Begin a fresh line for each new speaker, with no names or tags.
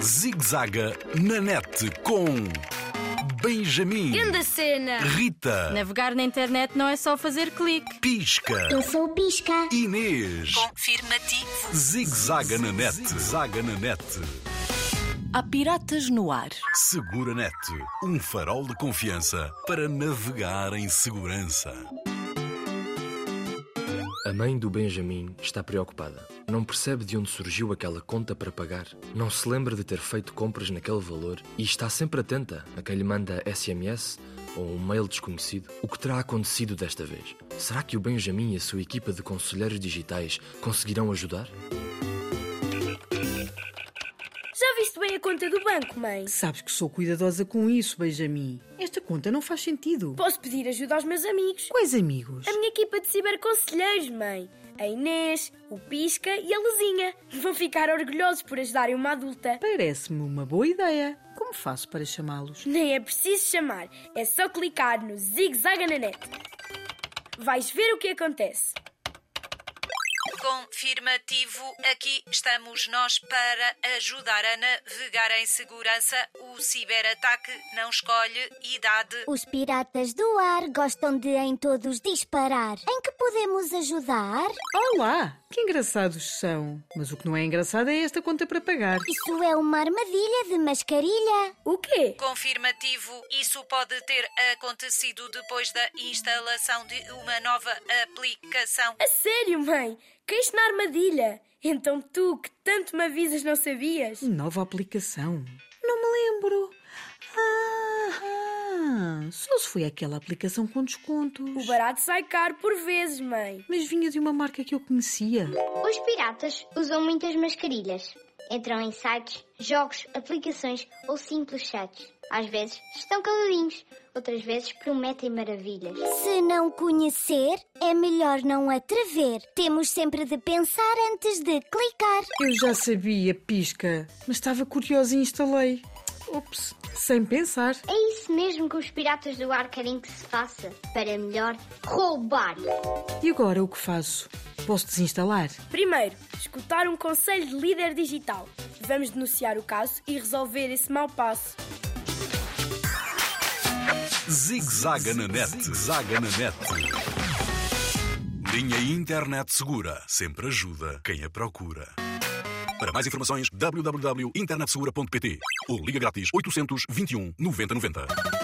Zigzaga na net com Benjamin,
Grande cena!
Rita,
Navegar na internet não é só fazer clique.
Pisca,
Eu sou o Pisca.
Inês.
Confirmativo.
Zigzaga na net, zaga na net.
Há piratas no ar.
Segura Net, um farol de confiança para navegar em segurança.
A mãe do Benjamin está preocupada. Não percebe de onde surgiu aquela conta para pagar, não se lembra de ter feito compras naquele valor e está sempre atenta a quem lhe manda SMS ou um mail desconhecido. O que terá acontecido desta vez? Será que o Benjamin e a sua equipa de conselheiros digitais conseguirão ajudar?
Já viste bem a conta do banco, mãe?
Sabes que sou cuidadosa com isso, Benjamin. Esta conta não faz sentido.
Posso pedir ajuda aos meus amigos.
Quais amigos?
A minha equipa de ciberconselheiros, mãe. A Inês, o Pisca e a Luzinha. Vão ficar orgulhosos por ajudarem uma adulta.
Parece-me uma boa ideia. Como faço para chamá-los?
Nem é preciso chamar, é só clicar no Zigzaga na net. Vais ver o que acontece.
Confirmativo. Aqui estamos nós para ajudar a navegar em segurança. O ciberataque não escolhe idade.
Os piratas do ar gostam de em todos disparar. Em que podemos ajudar?
Olá! Que engraçados são. Mas o que não é engraçado é esta conta para pagar.
Isso é uma armadilha de mascarilha.
O quê?
Confirmativo. Isso pode ter acontecido depois da instalação de uma nova aplicação.
A sério, mãe? Caíste na armadilha. Então tu, que tanto me avisas, não sabias?
Nova aplicação. Não me lembro. Ah, ah, só se foi aquela aplicação com
O
descontos.
barato sai caro por vezes, mãe.
Mas vinha de uma marca que eu conhecia.
Os piratas usam muitas mascarilhas. Entram em sites, jogos, aplicações ou simples chats. Às vezes estão caladinhos, outras vezes prometem maravilhas.
Se não conhecer, é melhor não atrever. Temos sempre de pensar antes de clicar.
Eu já sabia, pisca. Mas estava curiosa e instalei. Ups, sem pensar.
É isso mesmo que os piratas do ar querem que se faça para melhor roubar.
E agora o que faço? Posso desinstalar?
Primeiro, escutar um conselho de líder digital. Vamos denunciar o caso e resolver esse mau passo.
Zigzaga na net, zaga na net. Linha Internet Segura sempre ajuda quem a procura. Para mais um informações, www.internetsegura.pt ou liga grátis 821 9090.